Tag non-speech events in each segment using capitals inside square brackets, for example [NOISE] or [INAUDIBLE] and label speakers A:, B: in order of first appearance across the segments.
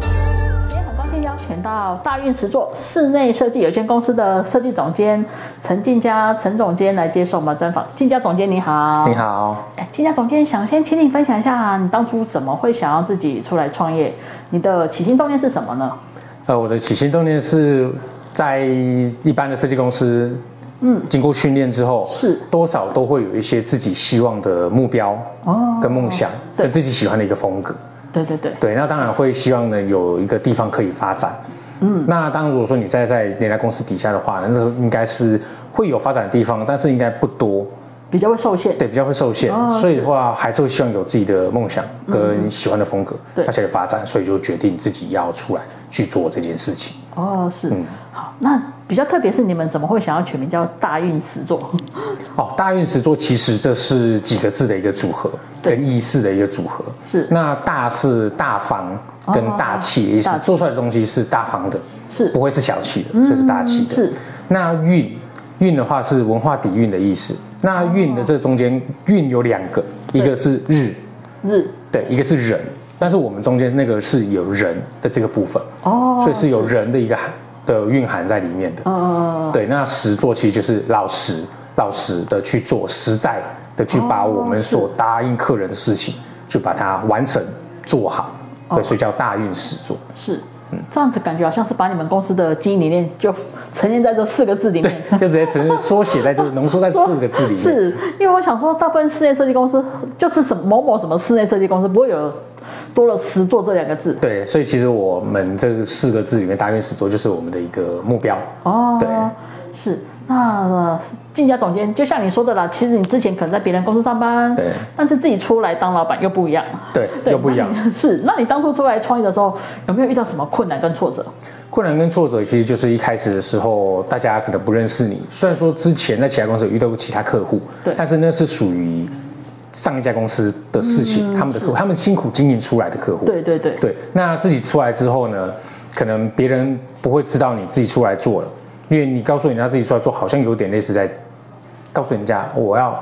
A: 今天很高兴邀请到大运实作室内设计有限公司的设计总监陈进佳陈总监来接受我们专访。进佳总监你好，
B: 你。好，
A: 哎，进佳总监想先请你分享一下、你当初怎么会想要自己出来创业？你的起心动念是什么呢？
B: 呃，我的起心动念是在一般的设计公司，
A: 嗯
B: 经过训练之后，
A: 是
B: 多少都会有一些自己希望的目标
A: 哦
B: 跟梦想，
A: 对
B: 跟自己喜欢的一个风格。
A: 对对对，
B: 对，那当然会希望呢有一个地方可以发展。
A: 嗯
B: 那当然，如果说你在在联家公司底下的话，那应该是会有发展的地方，但是应该不多，
A: 比较会受限。
B: 对，比较会受限，
A: 哦嗯
B: 所以的话还是会希望有自己的梦想跟喜欢的风格，
A: 对
B: 而且发展，所以就决定自己要出来去做这件事情。
A: 哦，是。
B: 嗯
A: 好，那比较特别是你们怎么会想要取名叫大运实作？
B: 哦，大运石座其实这是几个字的一个组合，
A: 对
B: 跟意识的一个组合。
A: [LAUGHS] 是
B: 那大是大方跟大气的意思，
A: 哦哦大气
B: 做出来的东西是大方的，
A: 是
B: 不会是小气的，
A: 嗯
B: 所以是大气的。
A: 是。
B: 那运运的话是文化底蕴的意思。那运的这中间运有两个，一个是日，
A: 日
B: 对，一个是人，但是我们中间那个是有人的这个部分，
A: 哦
B: 所以是有人的一个含的蕴含在里面的。
A: 呃，
B: 对，那实做其实就是老实、老实的去做，实在的去把我们所答应客人的事情，去把它完成做好。
A: 哦
B: 对，所以叫大运实做。
A: 是，
B: 嗯
A: 这样子感觉好像是把你们公司的经营理念就沉淀在这四个字里面。
B: [LAUGHS] 对，就直接呈现缩写在这，浓缩在四个字里面。
A: [LAUGHS] 是因为我想说，大部分室内设计公司就是什么某某什么室内设计公司，不会有多了“实作”这两个字。
B: 对，所以其实我们这个四个字里面，大运实做就是我们的一个目标。
A: 哦，
B: 对，
A: 是。那呃进家总监，就像你说的啦，其实你之前可能在别人公司上班，
B: 对
A: 但是自己出来当老板又不一样，
B: 对又不一
A: [LAUGHS]
B: 样
A: 那你是，那你当初出来创业的时候，有没有遇到什么困难跟挫折？
B: 困难跟挫折其实就是一开始的时候，大家可能不认识你。虽然说之前在其他公司有遇到过其他客户，
A: 对
B: 但是那是属于上一家公司的事情，他们的客户，他们辛苦经营出来的客户。
A: 嗯对对对，
B: 对，那自己出来之后呢，可能别人不会知道你自己出来做了，因为你告诉人家自己出来做，好像有点类似在告诉人家我要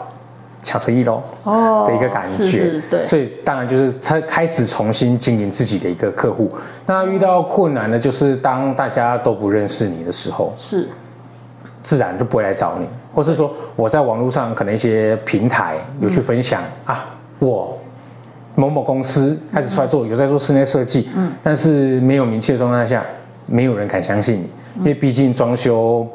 B: 抢生意喽
A: 哦
B: 的一个感觉。
A: 是是对
B: 所以当然就是他开始重新经营自己的一个客户。那遇到困难的就是当大家都不认识你的时候，
A: 是，
B: 自然就不会来找你，或是说我在网络上可能一些平台有去分享、啊，我某某公司开始出来做，有在做室内设计，
A: 嗯
B: 但是没有名气的状态下，没有人敢相信你，因为毕竟装修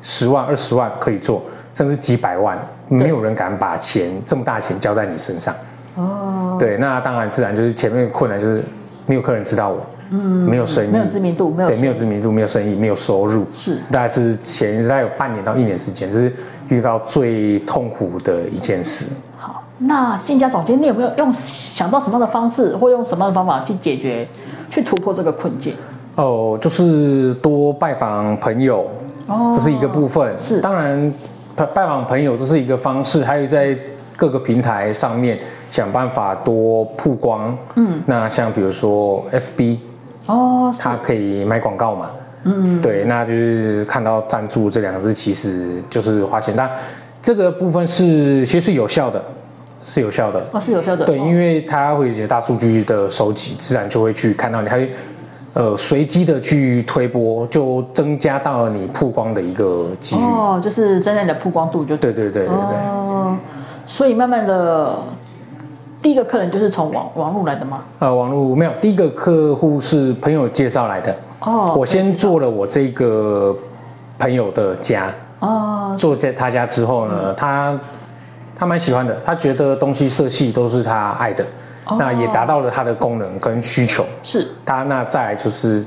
B: 十万、二十万可以做，甚至几百万，没有人敢把钱这么大钱交在你身上。
A: 哦，
B: 对，那当然自然就是前面的困难就是没有客人知道我，
A: 嗯
B: 没有生意，
A: 没有知名度没有
B: 对，
A: 生意
B: 没有知名度，没有生意，没有收入，
A: 是
B: 大概是前大概有半年到一年时间，这是遇到最痛苦的一件事。
A: 好，那进家总监，你有没有用想到什么样的方式，或用什么样的方法去解决、去突破这个困境？
B: 哦，就是多拜访朋友，
A: 哦
B: 这是一个部分。
A: 是
B: 当然拜拜访朋友这是一个方式，还有在各个平台上面想办法多曝光。
A: 嗯
B: 那像比如说 FB，
A: 哦，是
B: 它可以买广告嘛。
A: 嗯，
B: 对，那就是看到赞助这两个字，其实就是花钱，但这个部分是其实是有效的，是有效的。
A: 哦是有效的，
B: 对，
A: 哦
B: 因为它会有一些大数据的收集，自然就会去看到你，它会呃随机的去推播，就增加到你曝光的一个几率。
A: 哦，就是增加你的曝光度就
B: 对对对对对。
A: 哦，所以慢慢的，第一个客人就是从网网络来的吗？
B: 呃，网络没有，第一个客户是朋友介绍来的。
A: 哦
B: 我先做了我这个朋友的家。
A: 哦，
B: 做在他家之后
A: 嗯
B: 呢，他他蛮喜欢的，他觉得东西色系都是他爱的，
A: 哦
B: 那也达到了他的功能跟需求。
A: 是
B: 他那再来就是，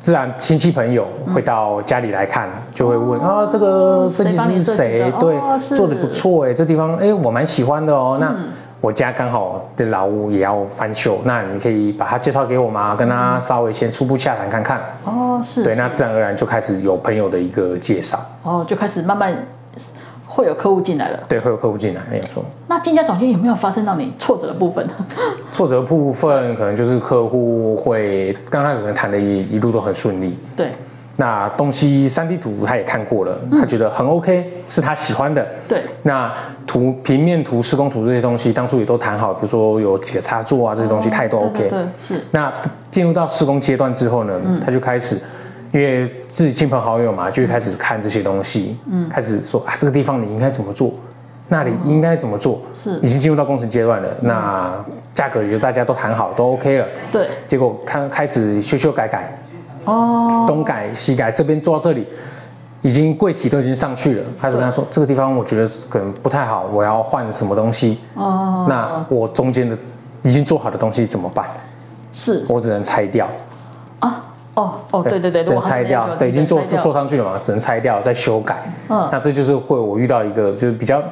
B: 自然亲戚朋友会到家里来看，就会问
A: 哦
B: 啊这个设
A: 谁
B: 计师是
A: 帮你设计
B: 谁
A: 的？
B: 对
A: 哦，是嗯
B: 做的不错哎，这地方哎我蛮喜欢的哦。那我家刚好的老屋也要翻修，那你可以把他介绍给我吗？跟他稍微先初步洽谈看看。
A: 嗯哦是，
B: 对，那自然而然就开始有朋友的一个介绍。
A: 哦就开始慢慢会有客户进来了。
B: 对，会有客户进来，没有错。
A: 那竞价总监有没有发生到你挫折的部分？ [LAUGHS]
B: 挫折部分可能就是客户会刚开始可能谈的一一路都很顺利，
A: 对，
B: 那东西三 D 图他也看过了，他觉得很 OK，是他喜欢的。
A: 嗯对
B: 那图平面图、施工图这些东西，当初也都谈好，比如说有几个插座啊这些东西，
A: 哦
B: 他也都
A: 对
B: OK。
A: 对对是
B: 那进入到施工阶段之后呢，他就开始。因为自己亲朋好友嘛，就会开始看这些东西，
A: 嗯
B: 开始说啊，这个地方你应该怎么做，那里应该怎么做，
A: 是嗯
B: 已经进入到工程阶段了。那价格也大家都谈好，都 OK 了。
A: 对
B: 结果他开始修修改改，
A: 哦，
B: 东改西改，这边做到这里，已经柜体都已经上去了，开始跟他说这个地方我觉得可能不太好，我要换什么东西。
A: 哦
B: 那我中间的已经做好的东西怎么办？
A: 是
B: 我只能拆掉。
A: 啊，哦哦，对对对，
B: 只
A: 如
B: 能
A: 果他
B: 拆
A: 是那样
B: 掉
A: 说，
B: 对，已经做
A: 只能拆掉
B: 做上去了嘛，只能拆掉再修改。
A: 嗯
B: 那这就是会我遇到一个就是比较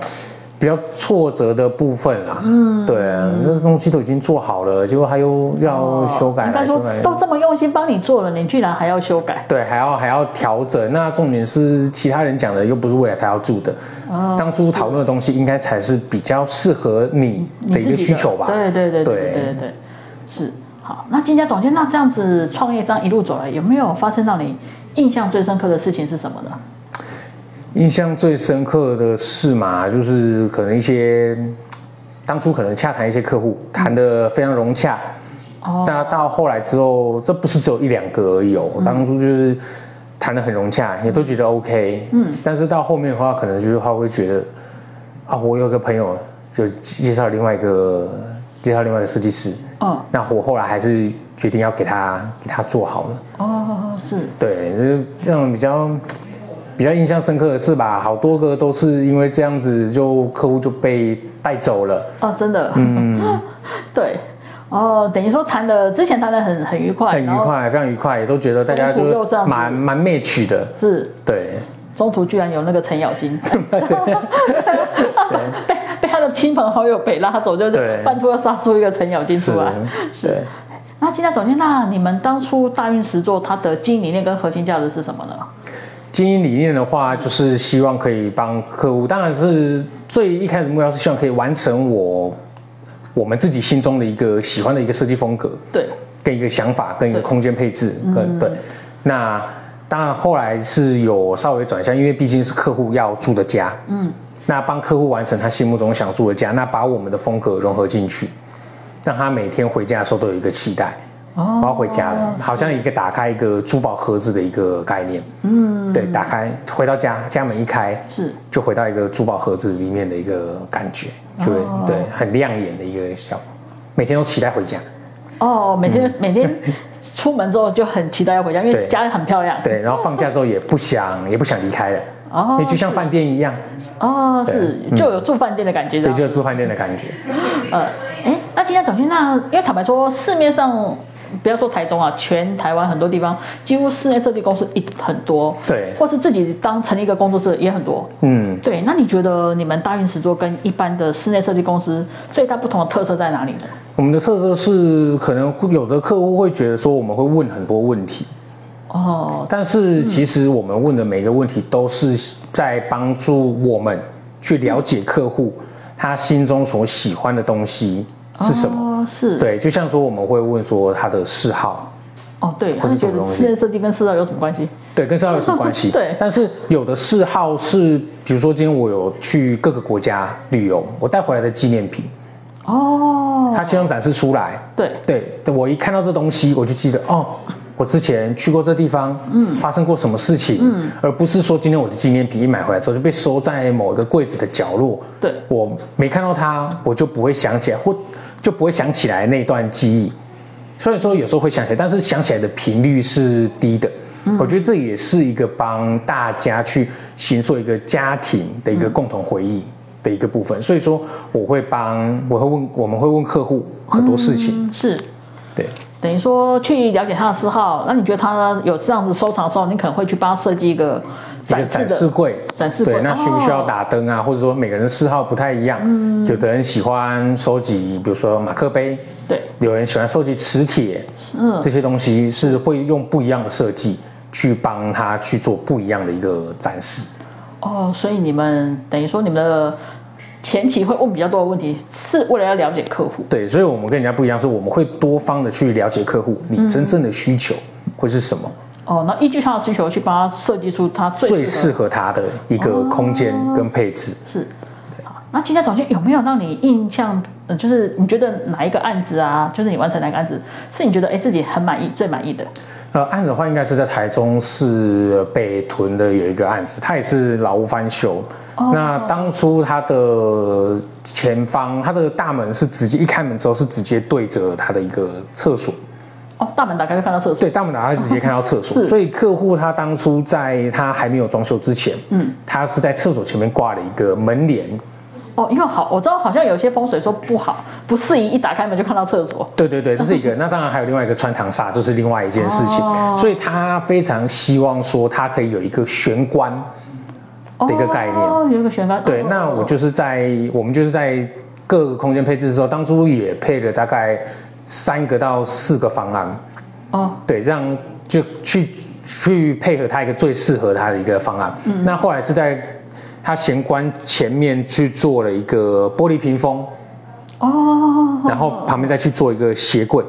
B: 比较挫折的部分啦。
A: 嗯
B: 对啊，这东西都已经做好了，结果他又要
A: 哦
B: 修改
A: 应该
B: 来
A: 说
B: 修改。
A: 都这么用心帮你做了，你居然还要修改，
B: 对，还要还要调整。那重点是其他人讲的又不是未来他要住的，
A: 哦
B: 当初讨论的东西应该才是比较适合你
A: 你
B: 的
A: 自己
B: 一个需求吧？
A: 对对对对对对对，是好。那金家总监，那这样子创业这样一路走来，有没有发生到你印象最深刻的事情是什么呢？
B: 印象最深刻的事嘛，就是可能一些当初可能洽谈一些客户，谈得非常融洽。
A: 哦嗯
B: 那到后来之后，这不是只有一两个而已哦，当初就是谈得很融洽，也都觉得 OK。
A: 嗯
B: 但是到后面的话，可能就是他会觉得，啊，我有个朋友就介绍另外一个介绍另外一个设计师，
A: 嗯
B: 那我后来还是决定要给他给他做好了。
A: 哦，是
B: 对，就是这种比较比较印象深刻的事吧，好多个都是因为这样子就客户就被带走了。
A: 哦，真的，
B: 嗯，
A: [LAUGHS] 对，哦，等于说谈的之前谈的很很愉快，
B: 很愉
A: 然后
B: 快，非常愉快，也都觉得大家
A: 中途又这
B: 就
A: 样子
B: 蛮蛮 match 的。
A: 是
B: 对，
A: 中途居然有那个程咬金，
B: 对
A: [LAUGHS] 被被他的亲朋好友被拉走，就是
B: 对
A: 半途要杀出一个程咬金出来，
B: 是对
A: 那金家总监，那你们当初大运十座它的经营理念跟核心价值是什么呢？
B: 经营理念的话，就是希望可以帮客户，当然是最一开始目标是希望可以完成我我们自己心中的一个喜欢的一个设计风格。
A: 对，
B: 跟一个想法，跟一个
A: 对
B: 空间配置，
A: 嗯
B: 跟对。那当然后来是有稍微转向，因为毕竟是客户要住的家，
A: 嗯，
B: 那帮客户完成他心目中想住的家，那把我们的风格融合进去，让他每天回家的时候都有一个期待。
A: 哦
B: 我要回家了，好像一个打开一个珠宝盒子的一个概念。
A: 嗯
B: 对，打开回到家，家门一开，
A: 是
B: 就回到一个珠宝盒子里面的一个感觉，就会、
A: 哦
B: 对很亮眼的一个效果，每天都期待回家。
A: 哦，每天、每
B: [LAUGHS]
A: 天出门之后就很期待要回家，因为
B: 嗯对
A: 家里很漂亮。
B: 对，然后放假之后也不想也不想离开了，
A: 哦
B: 因为就像饭店一样，
A: 哦，
B: 对
A: 是
B: 嗯
A: 就有住饭店的感觉。
B: 对，
A: 这
B: 就
A: 样
B: 是住饭店的感觉。
A: 呃，哎，那金家总监，那因为坦白说，市面上不要说台中啊，全台湾很多地方，几乎室内设计公司一很多，
B: 对
A: 或是自己当成立一个工作室也很多。
B: 嗯，
A: 对，那你觉得你们大运石座跟一般的室内设计公司最大不同的特色在哪里呢？
B: 我们的特色是可能会有的客户会觉得说我们会问很多问题，
A: 哦，
B: 但是其实我们问的每个问题都是在帮助我们去了解客户他心中所喜欢的东西是什么。
A: 哦、是，，
B: 对，就像说我们会问说他的嗜好，
A: 哦，对，他
B: 或是
A: 们觉
B: 什么
A: 得
B: 东西
A: 室内设计跟市道有什么关系？
B: 对，跟嗜好有什么关系？
A: 哦对
B: 但是有的嗜好是，比如说今天我有去各个国家旅游，我带回来的纪念品，
A: 哦，
B: 他希望展示出来。
A: 对
B: 对，我一看到这东西，我就记得哦，我之前去过这地方，
A: 嗯
B: 发生过什么事情，
A: 嗯
B: 而不是说今天我的纪念品一买回来之后就被收在某个柜子的角落，
A: 对
B: 我没看到它，我就不会想起来，或就不会想起来那段记忆。虽然说有时候会想起来，但是想起来的频率是低的。
A: 嗯
B: 我觉得这也是一个帮大家去形塑一个家庭的一
A: 嗯
B: 个共同回忆的一个部分。所以说，我会帮，我会问，我们会问客户很多事情。
A: 嗯、是。
B: 对，
A: 等于说去了解他的嗜好，那你觉得他有这样子收藏的时候，你可能会去帮他设计一个
B: 一个
A: 展示的
B: 展示柜，
A: 展示柜。
B: 对，那需不需要
A: 哦
B: 打灯啊？或者说每个人嗜好不太一样，
A: 嗯
B: 有的人喜欢收集，比如说马克杯，
A: 对
B: 有人喜欢收集磁铁，
A: 嗯
B: 这些东西是会用不一样的设计去帮他去做不一样的一个展示。
A: 哦，所以你们等于说你们的前期会问比较多的问题，是为了要了解客户。
B: 对，所以我们跟人家不一样，是我们会多方的去了解客户，
A: 嗯
B: 你真正的需求会是什么，
A: 哦，那依据他的需求去帮他设计出他最
B: 最
A: 适
B: 适
A: 合哦
B: 合他的一个空间跟配置。
A: 是。好那竞价总监有没有让你印象，呃，就是你觉得哪一个案子啊，就是你完成哪个案子，是你觉得哎自己很满意、最满意的？
B: 呃，案子的话应该是在台中市北屯的有一个案子，它也是老屋翻修。
A: 哦
B: 那当初它的前方，它的大门是直接一开门之后是直接对着它的一个厕所。
A: 哦，大门打开就看到厕所。
B: 对，大门打开直接看到厕所，
A: 是
B: 所以客户他当初在他还没有装修之前，
A: 嗯
B: 他是在厕所前面挂了一个门帘，
A: 哦，因为好，我知道好像有些风水说不好，不适宜一打开门就看到厕所。
B: 对对对，这
A: [LAUGHS]
B: 是一个。那当然还有另外一个穿堂煞，这是另外一件事情。
A: 哦
B: 所以他非常希望说，他可以有一个玄关的一个概念。
A: 哦，有一个玄关。
B: 对，
A: 哦
B: 那我就是在我们就是在各个空间配置的时候，当初也配了大概三个到四个方案，
A: 哦，
B: 对，这样就去去配合他一个最适合他的一个方案。
A: 嗯
B: 那后来是在他玄关前面去做了一个玻璃屏风，
A: 哦，
B: 然后旁边再去做一个鞋柜。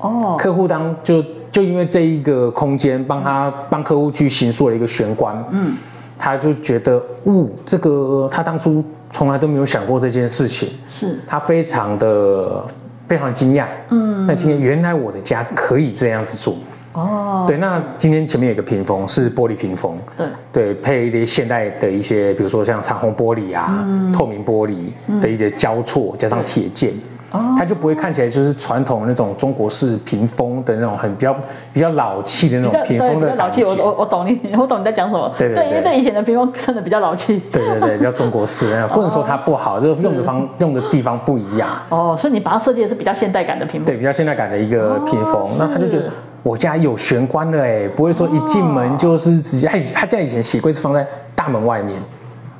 A: 哦，
B: 客户当就就因为这一个空间，帮他帮客户去行塑了一个玄关，
A: 嗯，
B: 他就觉得，呜、这个他当初从来都没有想过这件事情，
A: 是
B: 他非常的非常惊讶，
A: 嗯
B: 那今天原来我的家可以这样子做，
A: 哦，
B: 对，那今天前面有一个屏风是玻璃屏风，
A: 对
B: 对，配一些现代的一些，比如说像长虹玻璃啊、
A: 嗯
B: 透明玻璃的一些交错，加上铁件，
A: 哦
B: 它就不会看起来就是传统那种中国式屏风的那种很比较比较老气的那
A: 比较
B: 种屏
A: 对
B: 风
A: 比
B: 的
A: 较老
B: 感
A: 气，
B: 觉。
A: 我我我懂你，我懂你在讲什么。
B: 对对对
A: 因为对以前的屏风真的比较老气。
B: 对对对，比较中国式的那种，不能说它不好，就是用的
A: 嗯
B: 方用的地方不一样，
A: 哦，所以你把它设计的是比较现代感的屏幕。
B: 对，比较现代感的一个屏风
A: 哦，
B: 那他就觉得
A: 是。哦
B: 我家有玄关了哎，不会说一进门就是直接，他以他家以前鞋柜是放在大门外面，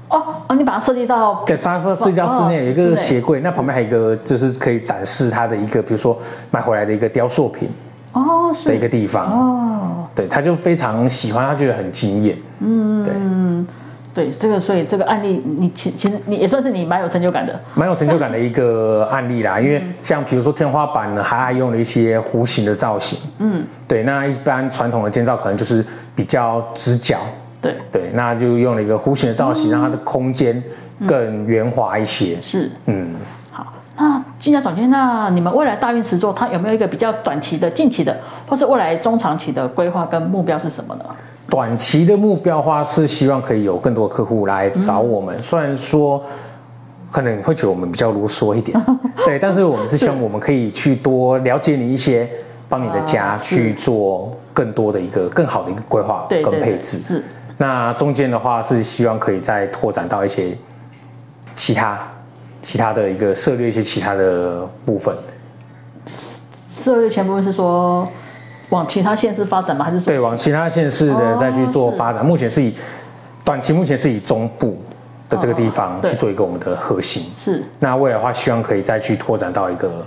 A: 哦哦，你把它设计到
B: 对，发发睡觉室内有一
A: 哦室
B: 个
A: 内
B: 鞋柜，那旁边还有一个就是可以展示它的一个，比如说买回来的一个雕塑品
A: 哦是
B: 的一个地方。
A: 哦，
B: 对，他就非常喜欢，他觉得很惊艳。
A: 嗯，对，这个所以这个案例你其其实你也算是你蛮有成就感的。
B: 蛮有成就感的一个案例啦，因为
A: 嗯
B: 像比如说天花板呢，它还用了一些弧形的造型。
A: 嗯，
B: 对，那一般传统的建造可能就是比较直角，
A: 对，
B: 对，那就用了一个弧形的造
A: 哦
B: 型，让它的空间更圆滑一些。
A: 是
B: 嗯，
A: 好。那竞价总监，那你们未来大运实作它有没有一个比较短期的、近期的，或是未来中长期的规划跟目标是什么呢？
B: 短期的目标的话是希望可以有更多的客户来找我们，
A: 嗯
B: 虽然说可能会觉得我们比较啰嗦一
A: [LAUGHS]
B: 点，对，但是我们是希望我们可以去多了解你一些，帮你的家
A: 啊是
B: 去做更多的一个更好的一个规划
A: 对
B: 跟
A: 对
B: 配
A: 对
B: 置。
A: 是。
B: 那中间的话是希望可以再拓展到一些其他其他的一个涉猎一些其他的部分。
A: 策略全部是说往其他县市发展吗？还是说
B: 对，往其他县市
A: 哦
B: 的再去做发展。目前是以短期，目前是以中部的这个地
A: 哦
B: 方
A: 对
B: 去做一个我们的核心。
A: 是
B: 那未来的话，希望可以再去拓展到一个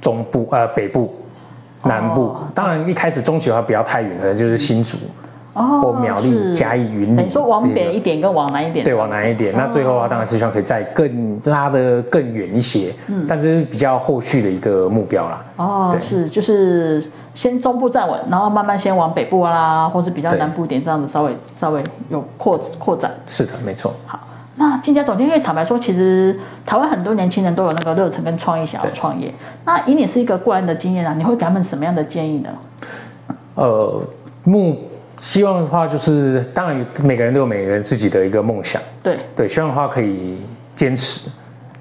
B: 中部、呃北部、南部。
A: 哦
B: 当然，一开始中期的话不要太远，可能就是新竹。
A: 哦
B: 或苗栗、
A: 是
B: 嘉义、云
A: 等于
B: 林，
A: 说往北一点哦跟往南一点
B: 对，往南一点。那最后的话，当然是希望可以再更拉得更远一些，
A: 嗯
B: 但这是比较后续的一个目标啦。
A: 哦
B: 对，
A: 是就是先中部站稳，然后慢慢先往北部啦，或是比较
B: 对
A: 南部一点这样子稍微稍微有扩扩展。
B: 是的，没错。
A: 好，那金家总监，因为坦白说，其实台湾很多年轻人都有那个热忱跟创意想要
B: 对
A: 创业。那以你是一个过来人的经验啊，你会给他们什么样的建议呢？
B: 呃，目希望的话就是，当然每个人都有每个人自己的一个梦想，
A: 对，
B: 对，希望的话可以坚持，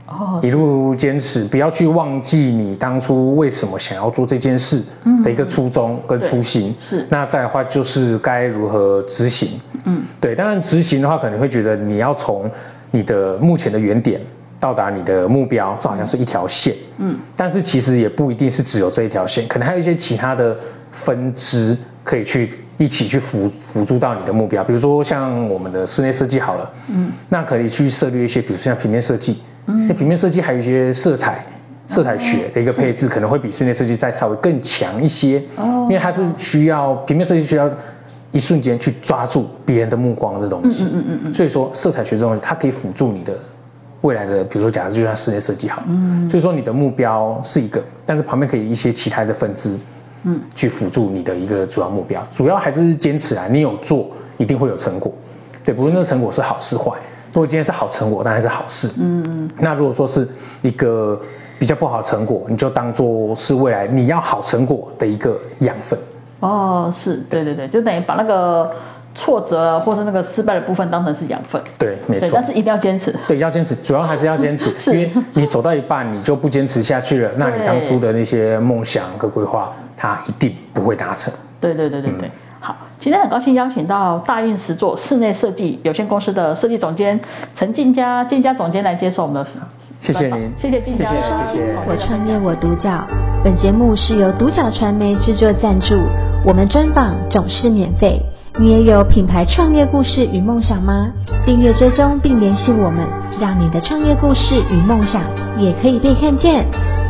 A: 哦，
B: 一路坚持，不要去忘记你当初为什么想要做这件事的一个初衷跟
A: 对
B: 初心。
A: 嗯是
B: 那再的话就是该如何执行。
A: 嗯，
B: 对，当然执行的话，可能会觉得你要从你的目前的原点到达你的目标，这好像是一条线。
A: 嗯，
B: 但是其实也不一定是只有这一条线，可能还有一些其他的分支可以去一起去辅辅助到你的目标。比如说像我们的室内设计好了，
A: 嗯，
B: 那可以去涉猎一些，比如说像平面设计，
A: 嗯哦
B: 那平面设计还有一些色彩。色彩学的一个配置可能会比室内设计再稍微更强一些，
A: 哦
B: 因为它是需要平面设计需要一瞬间去抓住别人的目光这东
A: 嗯
B: 西。
A: 嗯嗯嗯嗯
B: 所以说，色彩学这东西，它可以辅助你的未来的，比如说，假设就像室内设计好，嗯，所以说你的目标是一个，但是旁边可以一些其他的分支，
A: 嗯，
B: 去辅助你的一个主要目标。主要还是坚持啊，你有做，一定会有成果。对，不论那个成果是好是坏，如果今天是好成果，当然是好事。
A: 嗯嗯
B: 那如果说是一个比较不好的成果，你就当做是未来你要好成果的一个养分。
A: 哦，是对对对，就等于把那个挫折或是那个失败的部分当成是养分。
B: 对，没
A: 对，
B: 错
A: 但。是一定要坚持。
B: 对，要坚持，主要还是要坚持
A: [LAUGHS] ，是
B: 因为你走到一半你就不坚持下去了，那你当初的那些梦想跟规划，它一定不会达成。
A: 对对对对对。
B: 嗯
A: 好，今天很高兴邀请到大运实作室内设计有限公司的设计总监陈静佳，静佳总监来接受我们的
B: 谢
A: 专
B: 谢
A: 访
B: 您
A: 谢谢静佳，
B: 谢谢谢谢
C: 我创业我独角。本节目是由独角传媒制作赞助，我们专访总是免费。你也有品牌创业故事与梦想吗？订阅追踪并联系我们，让你的创业故事与梦想也可以被看见。